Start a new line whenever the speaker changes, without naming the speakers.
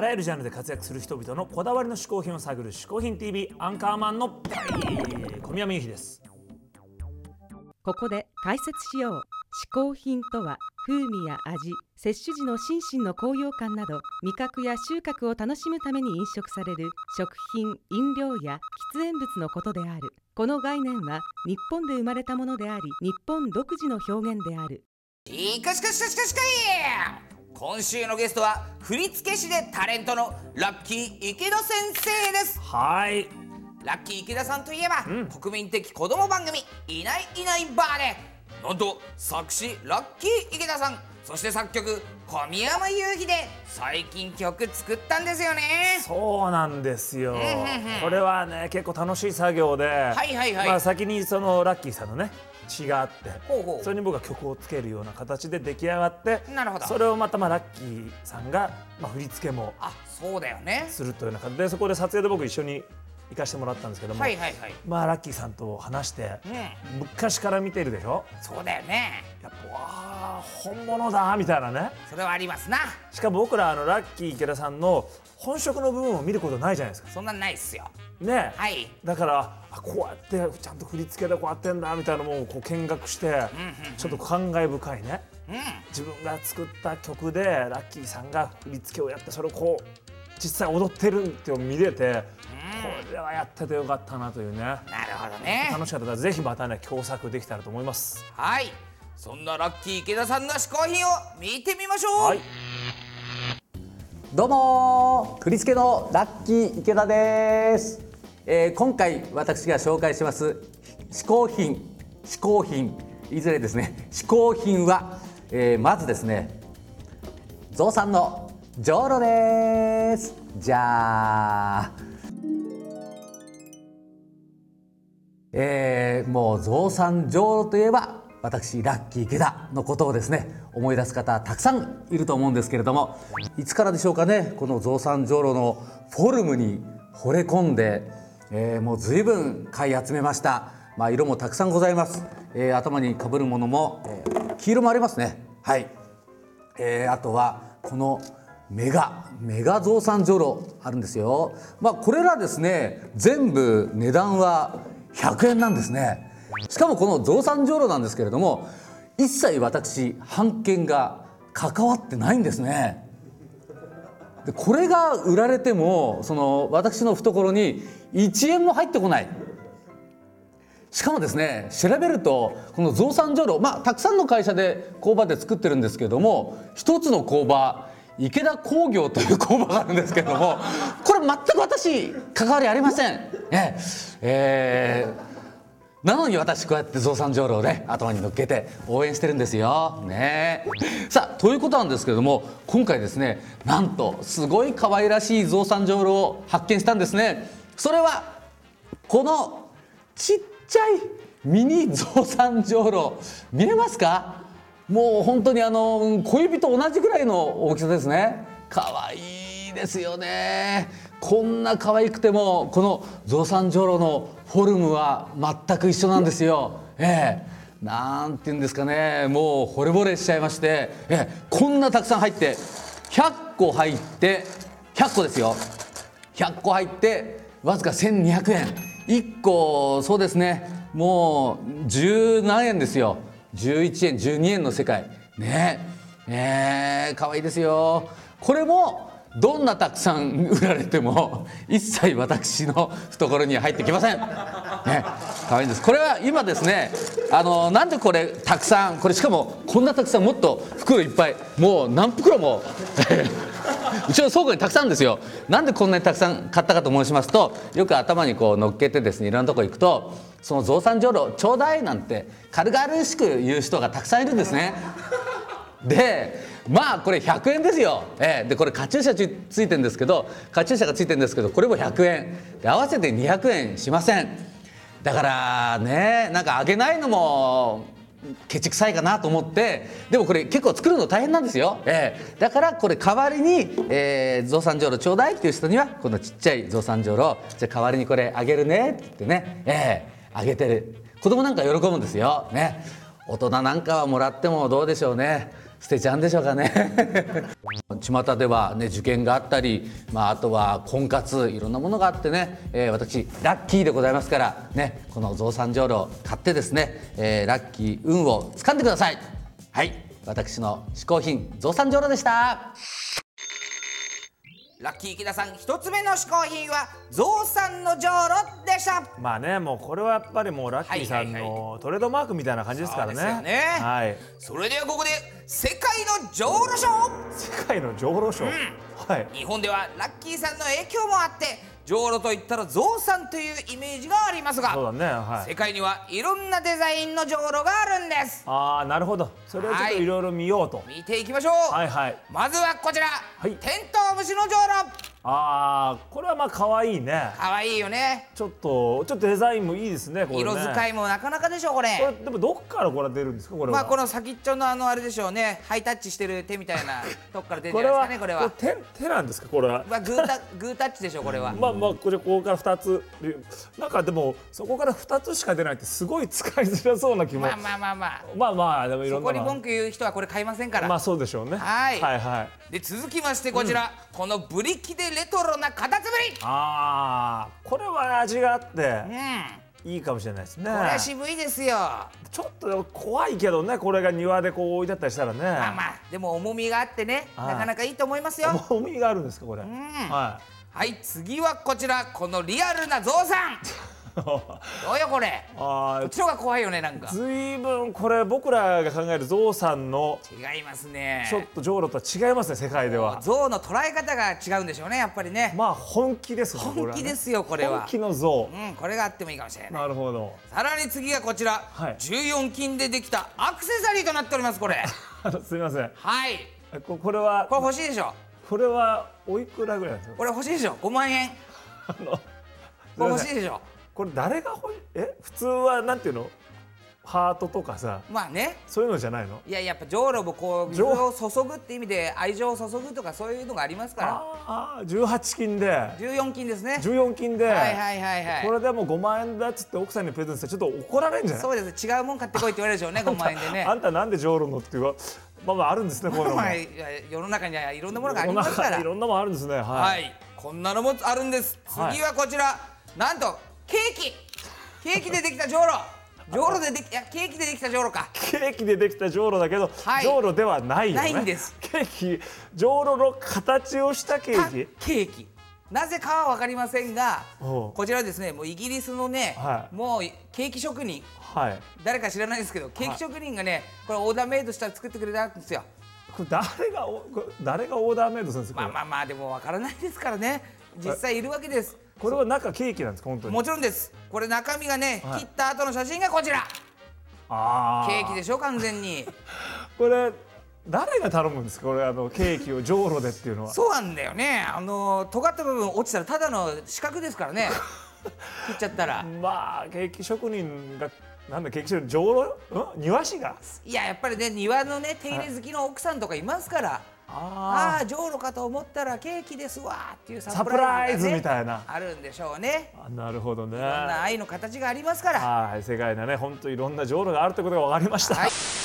らゆるジャンルで活躍する人々のこだわりの嗜好品を探る「嗜好品 TV」アンカーマンの小宮山由紀です
ここで解説しよう嗜好品とは風味や味摂取時の心身の高揚感など味覚や収穫を楽しむために飲食される食品飲料や喫煙物のことであるこの概念は日本で生まれたものであり日本独自の表現である
いかしかしかしかしかい今週のゲストは振付師でタレントのラッキー池田先生です
はい
ラッキー池田さんといえば、
うん
国民的子供番組「いないいないばーで」なんと作詞ラッキー池田さんそして作曲小宮山雄飛で最近曲作ったんですよね
そうなんですよ
んうんうん
これはね結構楽しい作業ではい
はいはい
まあ、先にそのラッキーさんのね血があって
ほうほう
それに僕が曲をつけるような形で出来上がって
なるほど
それをまたまあラッキーさんが、まあ、振り付けも
あそうだよね
するというような形でそこで撮影で僕一緒に行かせてもらったんですけども、
はいはいはい
まあラッキーさんと話して、
う
昔から見てるでしょ
そうだよね
やっぱわあ本物だみたいなね
それはありますな
しかも僕らあのラッキー池田さんの本職の部分を見ることないじゃないですか
そんなんないっすよ
ね、
はい
だからあこうやってちゃんと振り付けでこうやってんだみたいなのもこう見学して、ちょっと感慨深いね
うん
自分が作った曲でラッキーさんが振り付けをやってそれをこう実際踊ってるっていうのを見れて、これはやっててよかったなというね
なるほどね
楽しかったからぜひまたね共作できたらと思います
はいそんなラッキー池田さんの試行品を見てみましょう、
はい
どうも振り付けのラッキー池田です、えー今回私が紹介します嗜好品嗜好品いずれですね嗜好品は、えーまずですねゾウさんのジョロですじゃあえーもう増産上路といえば私ラッキー池田のことをですね思い出す方たくさんいると思うんですけれどもいつからでしょうかねこの増産上路のフォルムに惚れ込んで、えーもう随分買い集めました、まあ、色もたくさんございます、えー頭にかぶるものも、えー黄色もありますねはいえーあとはこのメガメガ増産ジョロあるんですよ。まあこれらですね全部値段は100円なんですね。しかもこの増産ジョロなんですけれども一切私版権が関わってないんですね。でこれが売られてもその私の懐に1円も入ってこない。しかもですね調べるとこの増産ジョロまあたくさんの会社で工場で作ってるんですけども一つの工場池田工業という工場があるんですけどもこれ全く私関わりありません。えええーなのに私こうやって増産上路をね頭に乗っけて応援してるんですよ。ねえさあということなんですけれども今回ですねなんとすごい可愛らしい増産上路を発見したんですね。それはこのちっちゃいミニ増産上路見えますかもう本当にあのうん小指と同じぐらいの大きさですね可愛いですよねこんな可愛くてもこの増産上路のフォルムは全く一緒なんですよええなんて言うんですかねもう惚れ惚れしちゃいまして、ええこんなたくさん入って100個入って100個ですよ100個入ってわずか1200円1個そうですねもう十何円ですよ11円12円の世界ねええー、かわいいですよこれもどんなたくさん 売られても一切私の懐には入ってきません。ね、可愛いんです。これは今ですね、あのなんでこれたくさん、これしかもこんなたくさんもっと袋いっぱい、もう何袋もうちの倉庫にたくさんあるんですよなんでこんなにたくさん買ったかと申しますとよく頭にこう乗っけてですねいろんなとこ行くとその増産上路ちょうだいなんて軽々しく言う人がたくさんいるんですねでまあこれ100円ですよ、ええ、でこれカチューシャつついてるんですけどカチューシャがついてるんですけどこれも100円で合わせて200円しませんだからねなんかあげないのもケチくさいかなと思ってでもこれ結構作るの大変なんですよ、ええ、だからこれ代わりに、えー、増産上路ちょうだいっていう人にはこのちっちゃい増産上路じゃあ代わりにこれあげるねって言ってね、ええ、あげてる子供なんか喜ぶんですよね大人なんかはもらってもどうでしょうね捨てちゃうんでしょうかね 巷ではね受験があったり、まあ、あとは婚活いろんなものがあってね、えー私ラッキーでございますからねこの増産上路を買ってですね、えーラッキー運を掴んでくださいはい私の嗜好品増産上路でした
ラッキー池田さん一つ目の嗜好品はゾウさんのじょうろでした
まあねもうこれはやっぱりもうラッキーさん
はいはい
のトレードマークみたいな感じですからね。
そうですよね
はい。
それではここで世界のジョーロショー
世界の上路賞。はい。
日本ではラッキーさんの影響もあってジョーロといったらゾウさんというイメージがありますが、
そうだね。は
世
い。
界にはいろんなデザインのジョーロがあるんです
ああなるほど。それをちょっといろいろ見ようと。
見ていきましょう、
はいはい。
まずはこちら、
い
テントウムシのジョーロ
ああこれはまあ可愛いね。
かわいいよね
ちょっとちょっとデザインもいいですね。これね
色使いもなかなかでしょこ
これ
れ
でもどっからこれは出るんですかこれは。
まあこの先っちょのあのあれでしょうねハイタッチしてる手みたい なとこから出るん
こ
じ
れ
ゃな
は
いですかねこれは
これ手手なんですかこれは。
まあグータグータッチでしょこれは
まあまあこれここから二つなんかでもそこから二つしか出ないってすごい使いづらそうな気も
まあまあまあまあ
まあまあでもいろ
そ
ん
こ
な
に
の
文句言う人はこれ買いませんから、
まあそうでしょうね
はい
はいはい
で続きましてこちら、このブリキでレトロなカタツムリ
ああこれは味があって
うんこ
いいかもしれないですね
れは渋いですよま
ちょっとでも怖いけどねこれが庭でこう置いてあったりしたらね
あまあでも重みがあってね
はい
なかなかいいと思いますよ
重みがあるんですかこれは
はい次はこちらこのリアルなゾウさん
い
どうよこれ
あ
こっ
ー
ちの方が怖いよねなんか
ずいぶんこれ僕らが考えるゾウさんの
違いますね
ちょっと上路とは違いますね世界では
ゾウの捉え方が違うんでしょうねやっぱりね、
まあ本気ですねこれ
本
は
気
ね
ですよこれは
本気の像
うんこれがあってもいいかもしれない
なるほど
さらに次がこちら、
はい
14金でできたアクセサリーとなっておりますこれ
あのすみません
はい
ここれは
これ欲しいでしょ
これはおいくらぐらいなんですか
これ欲しいでしょ5万円
あの
これ欲
すいません
しいでしょ
これ誰がほいえ普通はなんていうのハートとかさ
まあね
そういうのじゃないの
いややっぱジョーロもこう水
ジョ
を注ぐって意味で愛情を注ぐとかそういうのがありますから
ああ18金で
14金ですね
14金で、
はいはいはいはい
これでもう5万円だっつって奥さんにプレゼントしてちょっと怒られるんじゃない
そうです違うもん買ってこいって言われるでしょうね5万円でね
あんたなんで上路のっていうわまあまああるんですねこういうのも
まあいや世の中にはいろんなものがありますか
世の中
ら
いろんなもんあるんですねはい、
はい、こんなのもあるんです。
はい
次はこちら、なんとケーキ。ケーキでできたじょうろ。じょうろででき、いや、ケーキでできたじょうろか。
ケーキでできた上路だけど、
はい
上路ではないよね
ないんです
ケーキ上路の形をしたケ
た
ー
ケ
キ
ーキ。なぜかはわかりませんが、
おう
こちらですね、もうイギリスのね、
はい
もうケーキ職人。
はい
誰か知らないですけど、ケーキ職人がね、これオーダーメイドした作ってくれたんですよ。
これ誰がおこれ誰がオーダーメイドするんですか
ま
こ
あ
れ,、
まあまあ、でもわからないですからね。実際いるわけです。
これは中ケーキなんですか本当に
もちろんです。これ中身がね、
はい
切った後の写真がこちら。
あ
ケーキ
で
でしょ完全に。
これ誰が頼むんですかこれあのケーキを上路でっていうのは
そうなんだよね。あの尖った部分落ちたらただの四角ですか らね。切っちゃったら。
まあケーキ職人がなんだケーキ職人上路ん庭師が
いややっぱりね庭のね手入れ好きの奥さんとかいますから。あ
あ
あー、じょうろかと思ったらケーキですわーっていうサ
サ
プ
プ
ラ
ラ
イ
イ
ズ,、
ズみ
い
たいな、
なあるんでしょうね。
あなるほどね
こんな愛の形がありますから。
はい世界のね本当いろんな上路があるということが分かりました、
はい